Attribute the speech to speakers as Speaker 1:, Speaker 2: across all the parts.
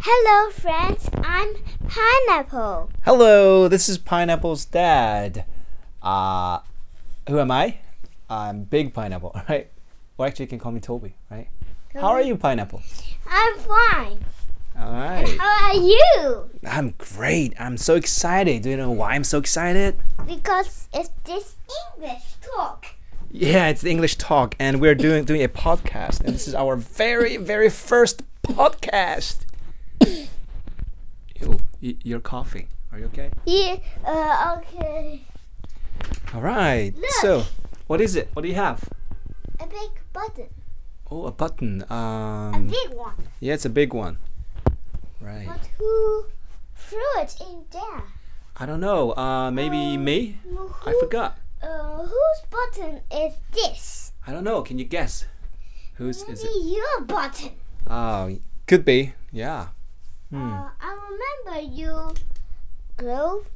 Speaker 1: Hello, friends. I'm Pineapple.
Speaker 2: Hello, this is Pineapple's dad. Uh, who am I? I'm Big Pineapple, right? Or actually, you can call me Toby, right? How are you, Pineapple?
Speaker 1: I'm fine.
Speaker 2: All right.
Speaker 1: How are you?
Speaker 2: I'm great. I'm so excited. Do you know why I'm so excited?
Speaker 1: Because it's this English talk.
Speaker 2: Yeah, it's the English talk, and we're doing doing a podcast, and this is our very very first podcast. Ew, y- you're coughing. Are you okay?
Speaker 1: Yeah. Uh, okay.
Speaker 2: All right.
Speaker 1: Look.
Speaker 2: So, what is it? What do you have?
Speaker 1: A big button.
Speaker 2: Oh, a button.
Speaker 1: A
Speaker 2: Um,
Speaker 1: big one.
Speaker 2: yeah, it's a big one. Right.
Speaker 1: But who threw it in there?
Speaker 2: I don't know. Uh, maybe me.
Speaker 1: Who,
Speaker 2: I forgot.
Speaker 1: Uh, whose button is this?
Speaker 2: I don't know. Can you guess? Whose is
Speaker 1: Maybe
Speaker 2: it?
Speaker 1: your button.
Speaker 2: Oh, could be. Yeah. Hmm.
Speaker 1: Uh, I remember you glove.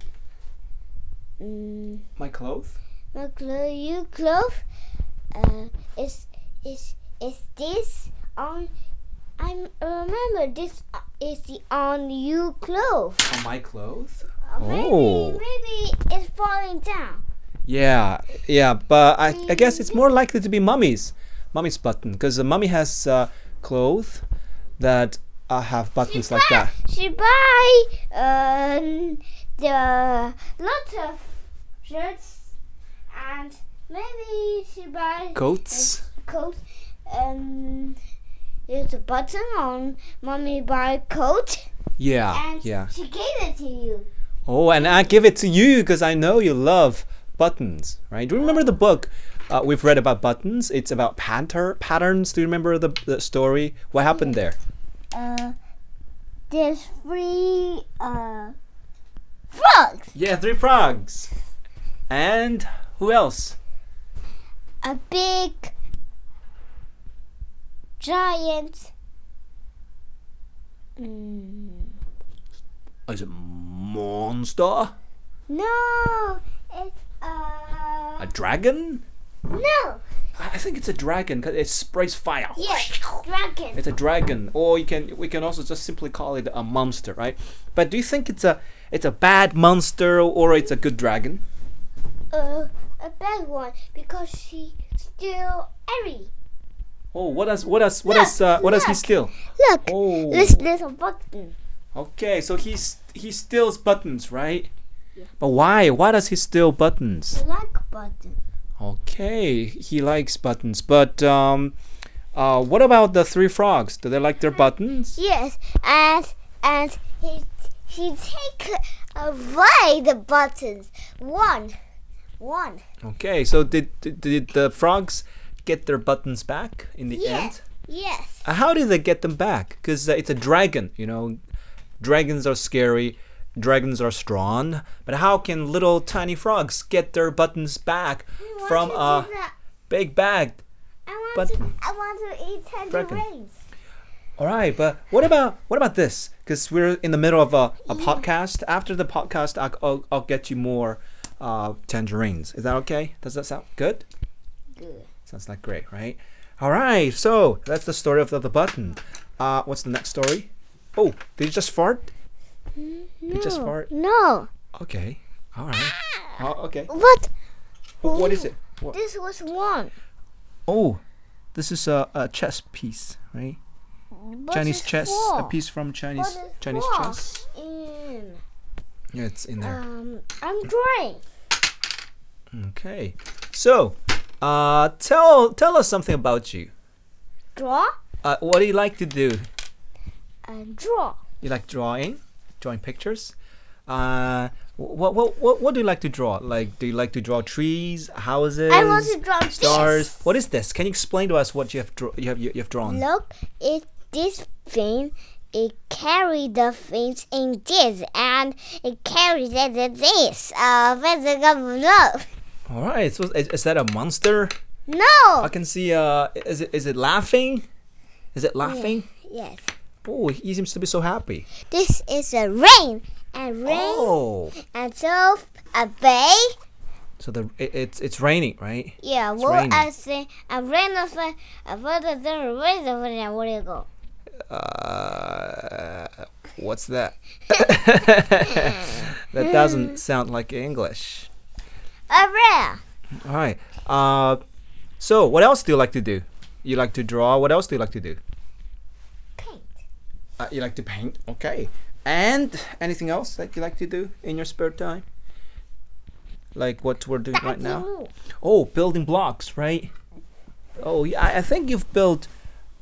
Speaker 1: Mm,
Speaker 2: My clothes.
Speaker 1: my glove, you glove. Uh, is is is this on? I remember this uh, is the on you glove.
Speaker 2: Oh, my clothes.
Speaker 1: Uh,
Speaker 2: Oh.
Speaker 1: Maybe maybe it's falling down.
Speaker 2: Yeah, yeah, but I, I guess it's more likely to be mummy's, mummy's button, because the mummy has uh, clothes that uh, have buttons like that.
Speaker 1: She buy um the lot of shirts and maybe she buy
Speaker 2: Coats.
Speaker 1: coat. Um, there's a button on mommy buy coat,
Speaker 2: Yeah,
Speaker 1: and
Speaker 2: Ah, yeah.
Speaker 1: she gave it to you.
Speaker 2: Oh, and I give it to you because I know you love buttons, right? Do you remember the book uh, we've read about buttons? It's about patter patterns. Do you remember the, the story? What happened there?
Speaker 1: Uh, there's three uh frogs.
Speaker 2: Yeah, three frogs. And who else?
Speaker 1: A big giant. Mm,
Speaker 2: Is it monster?
Speaker 1: no, it's uh
Speaker 2: A dragon?
Speaker 1: no.
Speaker 2: I I think it's a dragon because it sprays fire.
Speaker 1: Yes, dragon.
Speaker 2: It's a dragon, or you can we can also just simply call it a monster, right? But do you think it's a it's a bad monster or it's a good dragon?
Speaker 1: Uh, a bad one because she steal Harry.
Speaker 2: Oh, what does what does what
Speaker 1: Look,
Speaker 2: does uh, what does he
Speaker 1: look.
Speaker 2: steal?
Speaker 1: Look,
Speaker 2: Oh.
Speaker 1: this little button.
Speaker 2: Okay, so he s- he steals buttons, right? But why? Why does he steal buttons?
Speaker 1: Black button.
Speaker 2: Okay, he likes buttons, but um, uh, what about the three frogs? Do they like their buttons?
Speaker 1: Yes, and and he she take away the buttons. One, one.
Speaker 2: Okay, so did did, did the frogs get their buttons back in the end?
Speaker 1: Yes, yes.
Speaker 2: Uh, How did they get them back? Because uh, it's a dragon, you know. Dragons are scary. Dragons are strong. But how can little tiny frogs get their buttons back from uh, a big bag?
Speaker 1: I want
Speaker 2: button.
Speaker 1: to. I want to eat tangerines.
Speaker 2: All right, but what about what about this? Because we're in the middle of a, a podcast. After the podcast, I'll, I'll, I'll get you more uh, tangerines. Is that okay? Does that sound good?
Speaker 1: Good.
Speaker 2: Sounds like great, right? All right, so that's the story of the, the button. Uh, what's the next story? Oh, did you just fart?
Speaker 1: No.
Speaker 2: just fart?
Speaker 1: No.
Speaker 2: Okay. All right.
Speaker 1: Ah!
Speaker 2: Oh, okay.
Speaker 1: What?
Speaker 2: Wh- What is it? What?
Speaker 1: This was one.
Speaker 2: Oh, this is a, a chess piece, right?
Speaker 1: What
Speaker 2: Chinese
Speaker 1: is
Speaker 2: chess. A
Speaker 1: four?
Speaker 2: piece from
Speaker 1: What
Speaker 2: Chinese
Speaker 1: is
Speaker 2: Chinese
Speaker 1: four
Speaker 2: chess.
Speaker 1: In
Speaker 2: Yeah, it's in there.
Speaker 1: um, I'm drawing.
Speaker 2: Okay. So, uh, tell tell us something about you.
Speaker 1: Draw
Speaker 2: Uh, what do you like to do?
Speaker 1: and draw.
Speaker 2: You like drawing, drawing pictures. Uh, what what what what do you like to draw? Like, do you like to draw trees, houses,
Speaker 1: I want to draw
Speaker 2: stars?
Speaker 1: this.
Speaker 2: What is this? Can you explain to us what you have draw you have you, you have drawn?
Speaker 1: Look, it's this thing. It carries the things in this, and it carries it in this. Uh, physical love.
Speaker 2: All right. So is, is that a monster? I
Speaker 1: No.
Speaker 2: can see. Uh, is it is it laughing? Is it laughing?
Speaker 1: Yes.
Speaker 2: Oh, he seems to be so happy.
Speaker 1: This is a rain, and rain,
Speaker 2: Oh,
Speaker 1: and so a bay.
Speaker 2: so the it, it's it's raining, right?
Speaker 1: Yeah. What
Speaker 2: raining.
Speaker 1: I say? A rain of a a further than a rain of a where you go?
Speaker 2: Uh, What's that? that doesn't sound like English.
Speaker 1: A rare.
Speaker 2: All right. Uh, so, what else do you like to do? You like to draw. What else do you like to do?
Speaker 1: Paint.
Speaker 2: Uh, you like to paint. Okay. And anything else that you like to do in your spare time? Like what we're doing right now? Oh, building blocks, right? Oh, yeah. I- I think you've built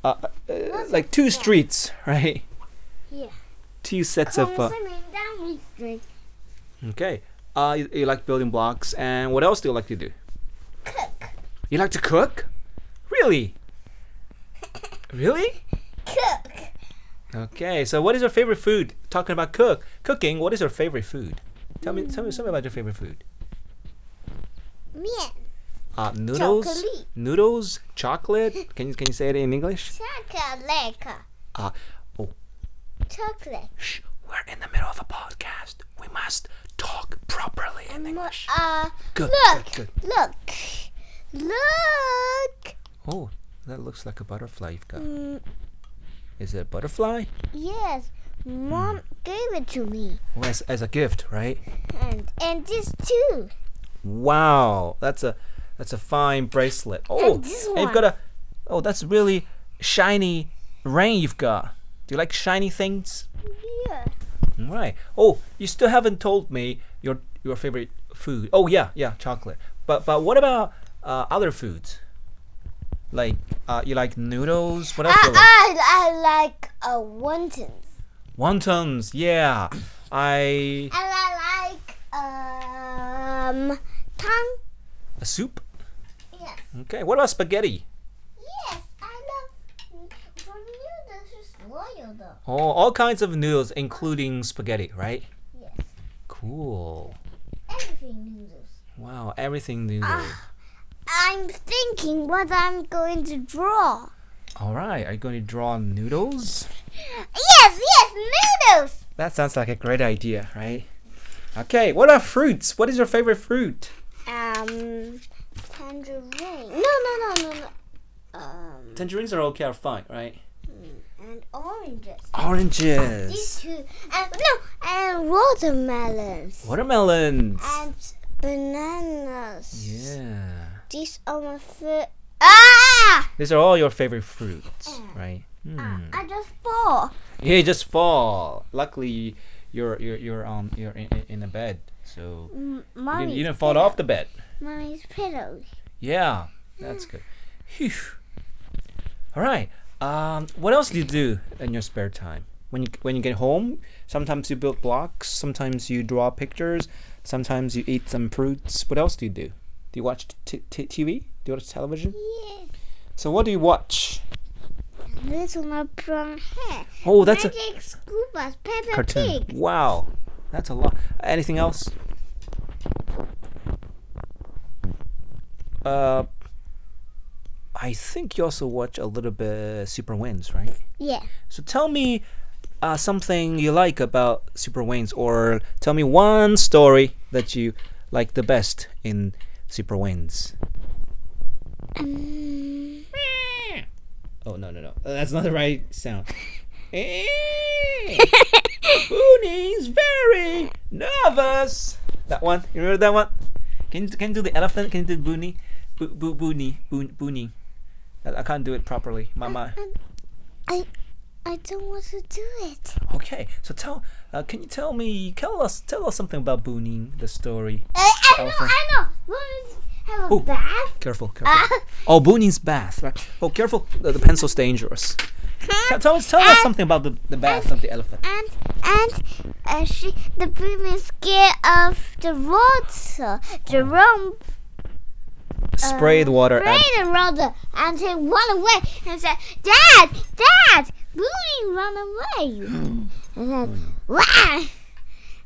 Speaker 2: uh, uh, like two streets, right?
Speaker 1: Yeah.
Speaker 2: Two sets of. Uh, okay. Uh, you, you like building blocks, and what else do you like to do?
Speaker 1: Cook.
Speaker 2: You like to cook? Really? really?
Speaker 1: Cook.
Speaker 2: Okay. So, what is your favorite food? Talking about cook, cooking. What is your favorite food? Tell me, tell me something about your favorite food.
Speaker 1: Mian.
Speaker 2: Uh, noodles.
Speaker 1: Chocolate.
Speaker 2: Noodles. Chocolate. Can you can you say it in English?
Speaker 1: Chocolate.
Speaker 2: Uh, oh,
Speaker 1: Chocolate.
Speaker 2: shh. We're in the middle of a podcast. We must talk properly in English.
Speaker 1: Uh,
Speaker 2: Good,
Speaker 1: look.
Speaker 2: good,
Speaker 1: Look. Look.
Speaker 2: Oh, that looks like a butterfly you've got.
Speaker 1: Mm,
Speaker 2: Is it a butterfly?
Speaker 1: yes. Mom
Speaker 2: Hmm.
Speaker 1: gave it to me.
Speaker 2: Well, as, as a gift, right?
Speaker 1: And and this too.
Speaker 2: Wow, that's a that's a fine bracelet. Oh,
Speaker 1: And this
Speaker 2: you've got a oh, that's really shiny ring you've got. Do you like shiny things?
Speaker 1: Yeah.
Speaker 2: Right. Oh, you still haven't told me your your favorite food. Oh yeah, yeah, chocolate. But but what about uh, other foods? Like uh, you like noodles? What else?
Speaker 1: I,
Speaker 2: do you like?
Speaker 1: I, I like uh, wontons.
Speaker 2: Wontons. Yeah,
Speaker 1: And
Speaker 2: I
Speaker 1: I like um tongue.
Speaker 2: a soup.
Speaker 1: Yes.
Speaker 2: Okay. What about spaghetti?
Speaker 1: Yes, I love from you. This is loyal though.
Speaker 2: Oh, all kinds of noodles, including spaghetti, right?
Speaker 1: Yes.
Speaker 2: Cool.
Speaker 1: Everything noodles.
Speaker 2: Wow, everything noodles.
Speaker 1: I'm thinking what I'm going to draw.
Speaker 2: All right, are you going to draw noodles?
Speaker 1: Yes, yes, noodles.
Speaker 2: That sounds like a great idea, right? Okay, what are fruits? What is your favorite fruit?
Speaker 1: Um, tangerine. No, no, no, no, no. Um,
Speaker 2: Tangerines are okay, are fine, right?
Speaker 1: and oranges. These
Speaker 2: Oranges,
Speaker 1: two. And no, and watermelons.
Speaker 2: watermelons.
Speaker 1: And bananas.
Speaker 2: Yeah,
Speaker 1: These are my favorite. Ah!
Speaker 2: these are all your favorite fruits, right? Hmm.
Speaker 1: I just fall.
Speaker 2: Yeah, just fall. Luckily, you're you're you're on you're in, in- in a bed, so
Speaker 1: M-
Speaker 2: you
Speaker 1: mommy's
Speaker 2: didn't, you didn't fall off the bed.
Speaker 1: Mommy's pillow.
Speaker 2: Yeah, that's good. Phew. All right. Um, what else do you do in your spare time? When you when you get home, sometimes you build blocks, sometimes you draw pictures, sometimes you eat some fruits. What else do you do? Do you watch t- t- TV? Do you watch television?
Speaker 1: Yes.
Speaker 2: So what do you watch?
Speaker 1: Little my brown hair.
Speaker 2: Oh, that's a
Speaker 1: Magic school bus. Peppa
Speaker 2: cartoon.
Speaker 1: Pig.
Speaker 2: Wow, that's a lot. Anything else? Uh, I think you also watch a little bit Super Wins, right?
Speaker 1: Yeah.
Speaker 2: So tell me uh, something you like about Super Wayne's, or tell me one story that you like the best in Super Wayne's.
Speaker 1: Um,
Speaker 2: Oh no no no, that's not the right sound. Booney's very nervous. That one, you remember that one? Can you, can you do the elephant? Can you do Booney? Bo- bo- Booney, Boon- Booney. I I can't do it properly. My my.
Speaker 1: I, I don't want to do it.
Speaker 2: Okay, so tell, uh, can you tell me, tell us, tell us something about Booning, the story.
Speaker 1: I, Uh, I know,
Speaker 2: Elephant.
Speaker 1: I know. Mommy's have a
Speaker 2: Ooh.
Speaker 1: bath.
Speaker 2: Careful,
Speaker 1: Ah,
Speaker 2: careful. Oh, Booning's bath, right? Oh, careful, the, the pencil's dangerous. Tell, tell us, tell
Speaker 1: Uh,
Speaker 2: us something about the, the bath of the elephant.
Speaker 1: and and uh, she the broom is scared of the water.
Speaker 2: Oh.
Speaker 1: Jerome
Speaker 2: Spray the water at.
Speaker 1: sprayed around the and he run away and said, Dad, Dad, Booty run away. and said, Why?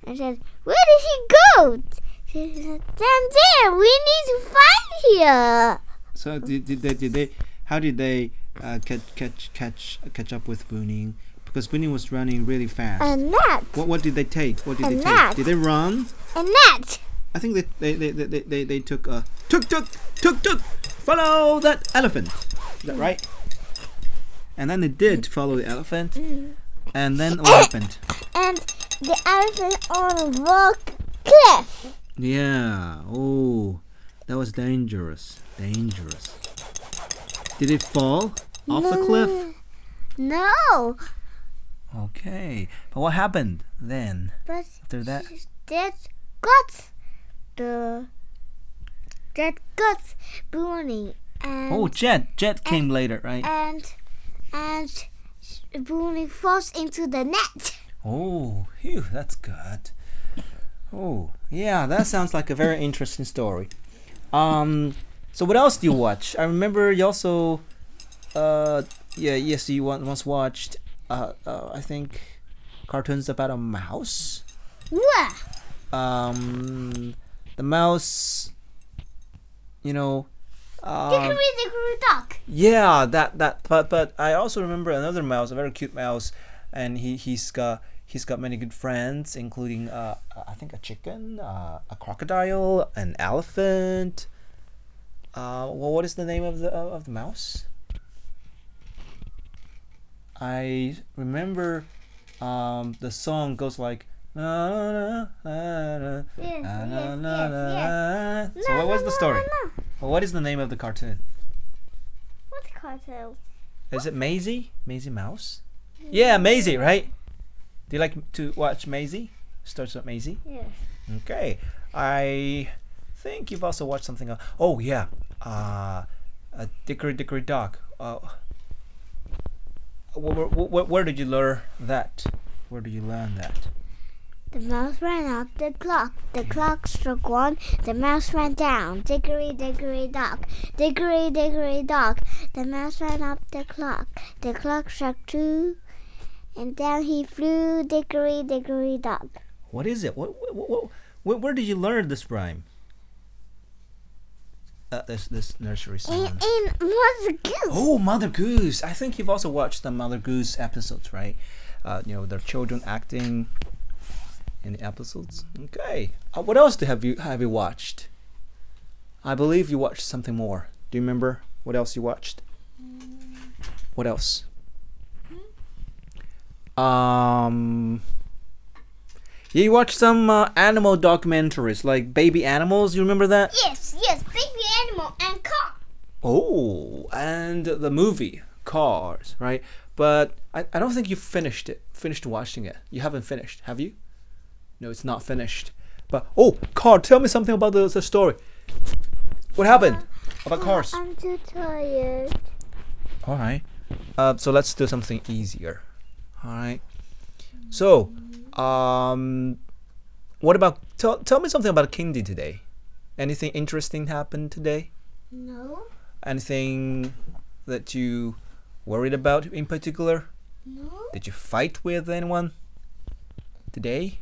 Speaker 1: And said, Where did he go? She said, Down there, we need to find here.
Speaker 2: So did, did they, did they, how did they uh, catch, catch, catch, catch up with Booning? Because Booning was running really fast.
Speaker 1: A net,
Speaker 2: what, what did they take? What did
Speaker 1: a they take? nut. Did
Speaker 2: they run?
Speaker 1: a net.
Speaker 2: I think they they, they, they, they, they took a tuk tuk tuk tuk follow that elephant. Is that right? And then they did follow the elephant. And then what happened?
Speaker 1: and the elephant on a rock cliff.
Speaker 2: Yeah. Oh, that was dangerous. Dangerous. Did it fall off the cliff?
Speaker 1: No,
Speaker 2: Okay. But what happened then
Speaker 1: but
Speaker 2: after that?
Speaker 1: that got the that got Booney and
Speaker 2: Oh, Jet. Jet came later, right?
Speaker 1: and and Booney falls into the net.
Speaker 2: Oh, phew, that's good. Oh, yeah, that sounds like a very interesting story. Um, so what else do you watch? I remember you also, uh, yeah, yes, you on- once watched, uh, uh I think, cartoons about a mouse.
Speaker 1: Whoa.
Speaker 2: Um, the mouse, you know, um,
Speaker 1: Dickory dickory dock.
Speaker 2: yeah, that that. But but I also remember another mouse, a very cute mouse, and he he's got he's got many good friends, including uh I think a chicken, uh, a crocodile, an elephant. Uh, well, what is the name of the of the mouse? I remember um, the song goes like. Na, na, na, na,
Speaker 1: Yes,
Speaker 2: na, na,
Speaker 1: yes,
Speaker 2: na,
Speaker 1: yes,
Speaker 2: na. So
Speaker 1: No,
Speaker 2: what was
Speaker 1: no,
Speaker 2: the
Speaker 1: no,
Speaker 2: story?
Speaker 1: no, no.
Speaker 2: Well, What is the name of the cartoon?
Speaker 1: What cartoon?
Speaker 2: Is it Maisie? Maisie Mouse? Yeah, Maisie, right? Do you like to watch Maisie? Starts with Maisie.
Speaker 1: Yes.
Speaker 2: Okay. I think you've also watched something. Else. Oh, yeah. Uh, uh, Dickory Dickory Dock. Uh, where, where, where did you learn that? Where did you learn that?
Speaker 1: The mouse ran up the clock. The clock struck one. The mouse ran down. Dickory dickory dock. Dickory dickory dock. The mouse ran up the clock. The clock struck two. And down he flew. Dickory dickory dock.
Speaker 2: What is it? What, what, what, where, where did you learn this rhyme? Uh, this this nursery
Speaker 1: And,
Speaker 2: song.
Speaker 1: and what's a goose?
Speaker 2: Oh, Mother Goose! I think you've also watched the Mother Goose episodes, right? Uh, you know, their children acting in the episodes. Okay. Uh, what else do- have you have you watched? I believe you watched something more. Do you remember what else you watched? What else? Um. Yeah, you watched some uh, animal documentaries, like baby animals. You remember that?
Speaker 1: Yes, yes, baby animal and car.
Speaker 2: Oh, and the movie Cars, right? But I, I don't think you finished it. Finished watching it. You haven't finished, have you? No, it's not finished. But oh, Car, tell me something about the, the story. What happened about Cars?
Speaker 1: I'm too tired.
Speaker 2: All right. Uh, so let's do something easier. All right. So, um, what about tell tell me something about Kindy today? Anything interesting happened today?
Speaker 1: No,
Speaker 2: anything that you worried about in particular?
Speaker 1: no.
Speaker 2: Did you fight with anyone today?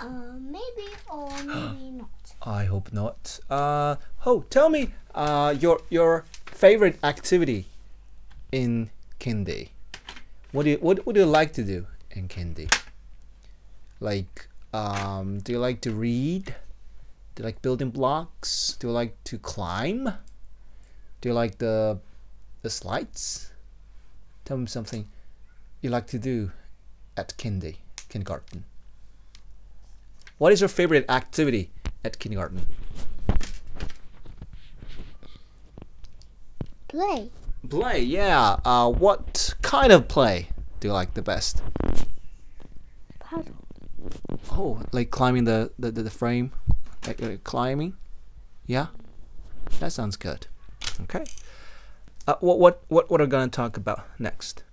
Speaker 1: Uh, maybe or maybe not.
Speaker 2: I hope not. Uh, oh, tell me uh, your your favorite activity in kindy. What do you, what, what do you like to do in kindy? Like, um, do you like to read? Do you like building blocks? Do you like to climb? Do you like the the slides? Tell me something you like to do at kindy kindergarten. What is your favorite activity at kindergarten?
Speaker 1: Play.
Speaker 2: Play, yeah. Uh, what kind of play do you like the best?
Speaker 1: Puzzle.
Speaker 2: Oh, like climbing the the, the, the frame, like uh, climbing. Yeah, that sounds good. Okay. Uh, what what what what are we gonna talk about next?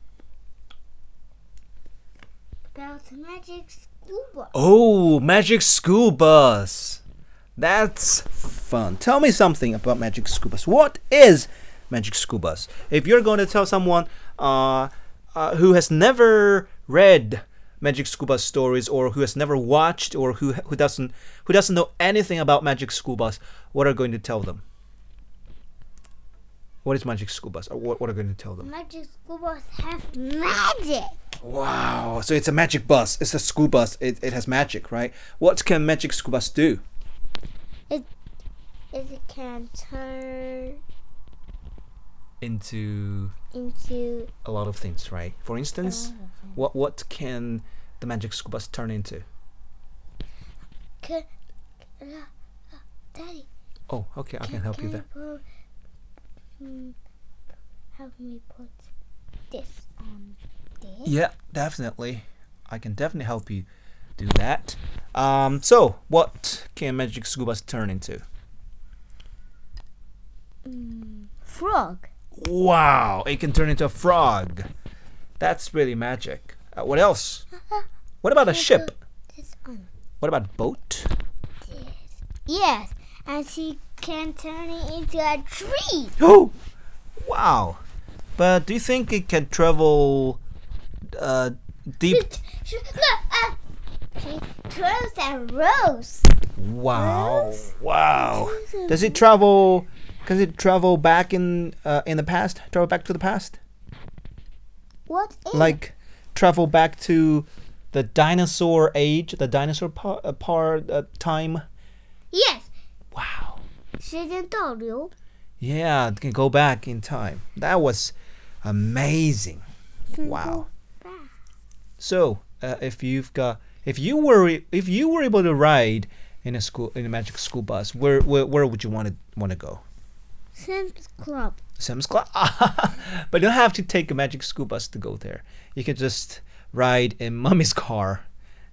Speaker 1: About magic school bus.
Speaker 2: Oh, Magic School Bus. That's fun. Tell me something about Magic School Bus. What is Magic School Bus? If you're going to tell someone uh, uh, who has never read Magic School Bus stories, or who has never watched, or who who doesn't who doesn't know anything about Magic School Bus, what are you going to tell them? What is Magic School Bus? Or what what are you going to tell them?
Speaker 1: Magic school bus have magic.
Speaker 2: Wow! So it's a magic bus. It's a school bus. It, it has magic, right? What can magic school bus do?
Speaker 1: It can turn
Speaker 2: Into
Speaker 1: into
Speaker 2: a lot of things, right? For instance, what what can the magic school bus turn into?
Speaker 1: Can, uh, uh, Daddy,
Speaker 2: Oh, okay, I can help you
Speaker 1: can
Speaker 2: there.
Speaker 1: borrow- mm, help me put this on this.
Speaker 2: Yeah, definitely. I can definitely help you do that. Um, so, what can magic school bus turn into?
Speaker 1: Mm, frog.
Speaker 2: Wow, it can turn into a frog. That's really magic. Uh, what else? What about a ship?
Speaker 1: This on
Speaker 2: What about boat?
Speaker 1: this. Yes, and she can turn it into a tree.
Speaker 2: Oh, wow! But do you think it can travel uh, deep?
Speaker 1: She, look, uh, she turns and rolls.
Speaker 2: Wow!
Speaker 1: Yes.
Speaker 2: Wow! Does it travel? Does it travel back in uh, in the past? Travel back to the past?
Speaker 1: What is
Speaker 2: Like travel back to the dinosaur age, the dinosaur part, uh, part uh, time?
Speaker 1: Yes,
Speaker 2: Wow!
Speaker 1: 时间倒流.
Speaker 2: Yeah, it can go back in time. That was amazing. Wow.
Speaker 1: back.
Speaker 2: So, uh, if you've got, if you were, if you were able to ride in a school in a magic school bus, where where, where would you want to want to go?
Speaker 1: Sims Club.
Speaker 2: Sam's Club. but you don't have to take a magic school bus to go there. You can just ride in mommy's car,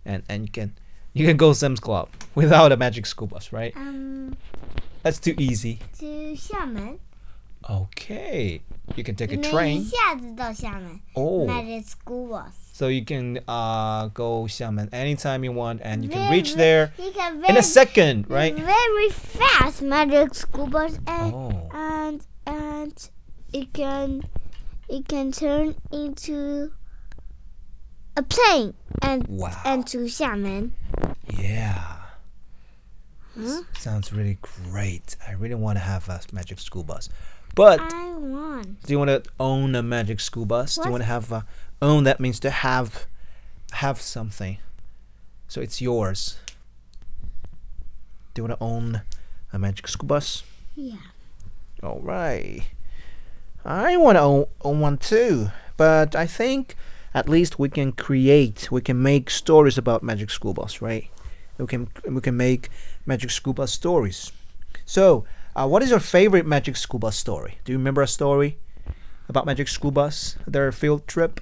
Speaker 2: and and you can you can go Sam's Club without a magic school bus, right?
Speaker 1: Um,
Speaker 2: That's too easy.
Speaker 1: 去厦门。
Speaker 2: Okay, you can take a train.
Speaker 1: 一下子到厦门。
Speaker 2: Oh.
Speaker 1: Magic school bus.
Speaker 2: So you can uh, go Xiamen anytime you want, and you can reach there
Speaker 1: You can
Speaker 2: in
Speaker 1: very,
Speaker 2: a second, right?
Speaker 1: Very fast magic school bus and
Speaker 2: Oh,
Speaker 1: and and it can it can turn into a plane and
Speaker 2: Wow.
Speaker 1: and to Xiamen.
Speaker 2: yeah. S- Sounds really great. I really want to have a magic school bus. But
Speaker 1: I won.
Speaker 2: do you want to own a magic school bus? Do you
Speaker 1: What?
Speaker 2: want to have a own? That means to have have something. So it's yours. Do you want to own a magic school bus?
Speaker 1: Yeah.
Speaker 2: All right. I want to own, own one too, but I think at least we can create, we can make stories about Magic School Bus, right? We can we can make Magic School Bus stories. So, uh, what is your favorite Magic School Bus story? Do you remember a story about Magic School Bus? Their field trip,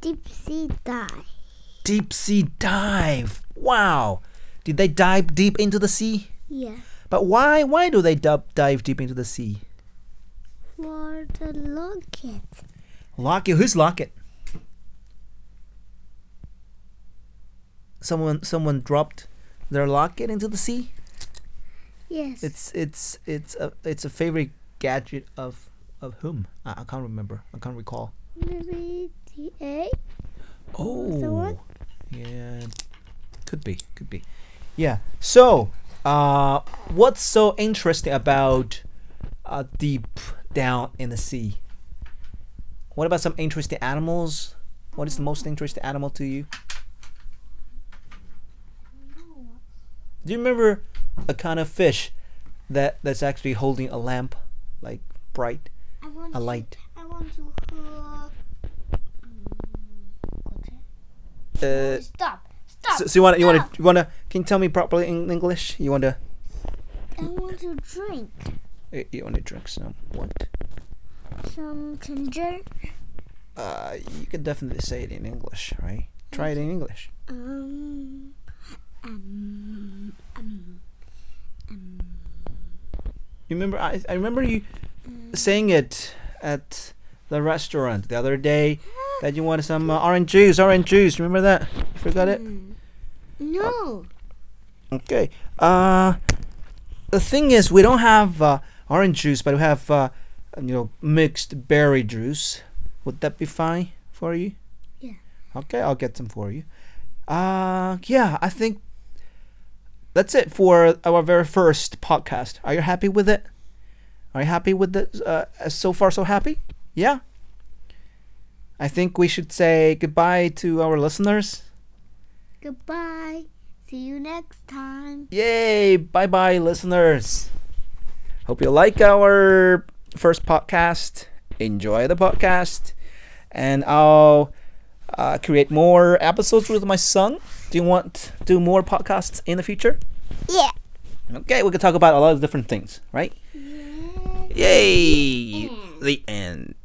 Speaker 1: Deep sea dive.
Speaker 2: deep sea dive. Wow! Did they dive deep into the sea?
Speaker 1: Yeah.
Speaker 2: But why why do they dub, dive deep into the sea?
Speaker 1: For the locket.
Speaker 2: Locket. Who's Locket? Someone someone dropped their locket into the sea.
Speaker 1: Yes.
Speaker 2: It's it's it's a it's a favorite gadget of of whom? I, I can't remember. I can't recall.
Speaker 1: maybe the egg.
Speaker 2: Oh.
Speaker 1: Someone?
Speaker 2: Yeah. Could be. Could be. Yeah. So, uh, what's so interesting about uh, deep down in the sea? What about some interesting animals? What is the most interesting animal to you? Do you remember a kind of fish that that's actually holding a lamp, like bright?
Speaker 1: I want
Speaker 2: A light.
Speaker 1: To, I want to hook.
Speaker 2: Uh,
Speaker 1: Stop! Stop!
Speaker 2: so, so you want you want
Speaker 1: stop.
Speaker 2: to you want to can you tell me properly in English? You want to
Speaker 1: I want to drink
Speaker 2: Uh, You only drink some what?
Speaker 1: some ginger.
Speaker 2: Uh, you can definitely say it in English, right? Try it in English.
Speaker 1: Um, um, um, um.
Speaker 2: You remember? I, I remember you saying it at the restaurant the other day that you wanted some uh, orange juice. Orange juice. Remember that? You forgot it.
Speaker 1: Mm. No.
Speaker 2: Okay. Uh, the thing is, we don't have uh, orange juice, but we have uh, you know mixed berry juice. Would that be fine for you?
Speaker 1: Yeah.
Speaker 2: Okay, I'll get some for you. Uh, yeah, I think that's it for our very first podcast. Are you happy with it? Are you happy with it? Uh, so far, so happy. Yeah. I think we should say goodbye to our listeners.
Speaker 1: Goodbye. See you next time.
Speaker 2: Yay! Bye bye, listeners. Hope you like our first podcast. Enjoy the podcast. And I'll uh, create more episodes with my son. Do you want to do more podcasts in the future?
Speaker 1: Yeah.
Speaker 2: Okay, we can talk about a lot of different things, right? Yay! The end.